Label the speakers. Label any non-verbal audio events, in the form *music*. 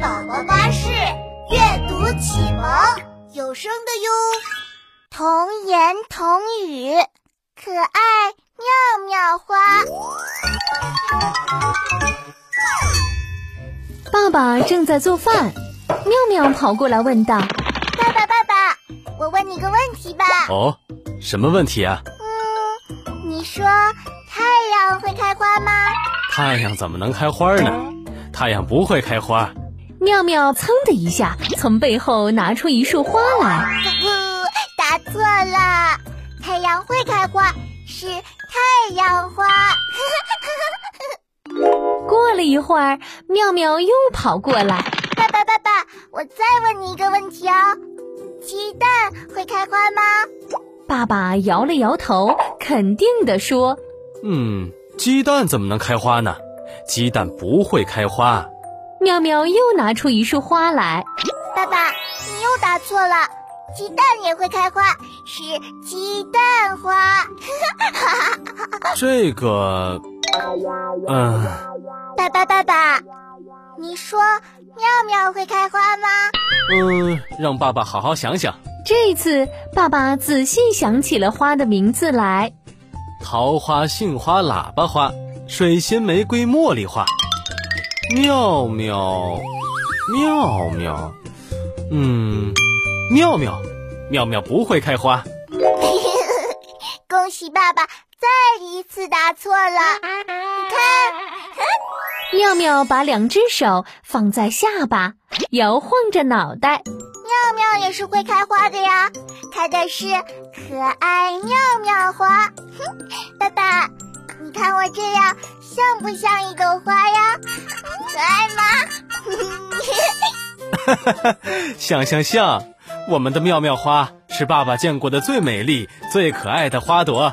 Speaker 1: 宝巴士阅读启蒙有声的哟，童言童语，可爱妙妙花。
Speaker 2: 爸爸正在做饭，妙妙跑过来问道
Speaker 1: 爸爸爸爸，我问你个问题吧。
Speaker 3: 哦，什么问题啊？
Speaker 1: 嗯，你说太阳会开花吗？
Speaker 3: 太阳怎么能开花呢？太阳不会开花。：“
Speaker 2: 妙妙，噌的一下从背后拿出一束花来。
Speaker 1: 不不，答错了，太阳会开花，是太阳花。”
Speaker 2: 过了一会儿，妙妙又跑过来，
Speaker 1: 爸爸爸爸，我再问你一个问题哦，鸡蛋会开花吗？
Speaker 2: 爸爸摇了摇头，肯定地说
Speaker 3: 嗯，鸡蛋怎么能开花呢？鸡蛋不会开花。：“
Speaker 2: 妙妙又拿出一束花来。
Speaker 1: 爸爸，你又答错了，鸡蛋也会开花，是鸡蛋花。
Speaker 3: 这个，嗯、
Speaker 1: 爸爸爸爸，你说妙妙会开花吗？
Speaker 3: 嗯、让爸爸好好想想。”
Speaker 2: 这次，爸爸仔细想起了花的名字来。
Speaker 3: 桃花、杏花、喇叭花、水仙、玫瑰、茉莉花。妙妙，妙妙，嗯，妙妙，妙妙不会开花。
Speaker 1: 恭喜爸爸再一次答错了，你看，
Speaker 2: 妙妙把两只手放在下巴，摇晃着脑袋。
Speaker 1: 妙妙也是会开花的呀，开的是可爱妙妙花。哼，爸爸，你看我这样像不像一朵花呀？可爱吗？ *laughs*
Speaker 3: 像像像，我们的妙妙花是爸爸见过的最美丽、最可爱的花朵。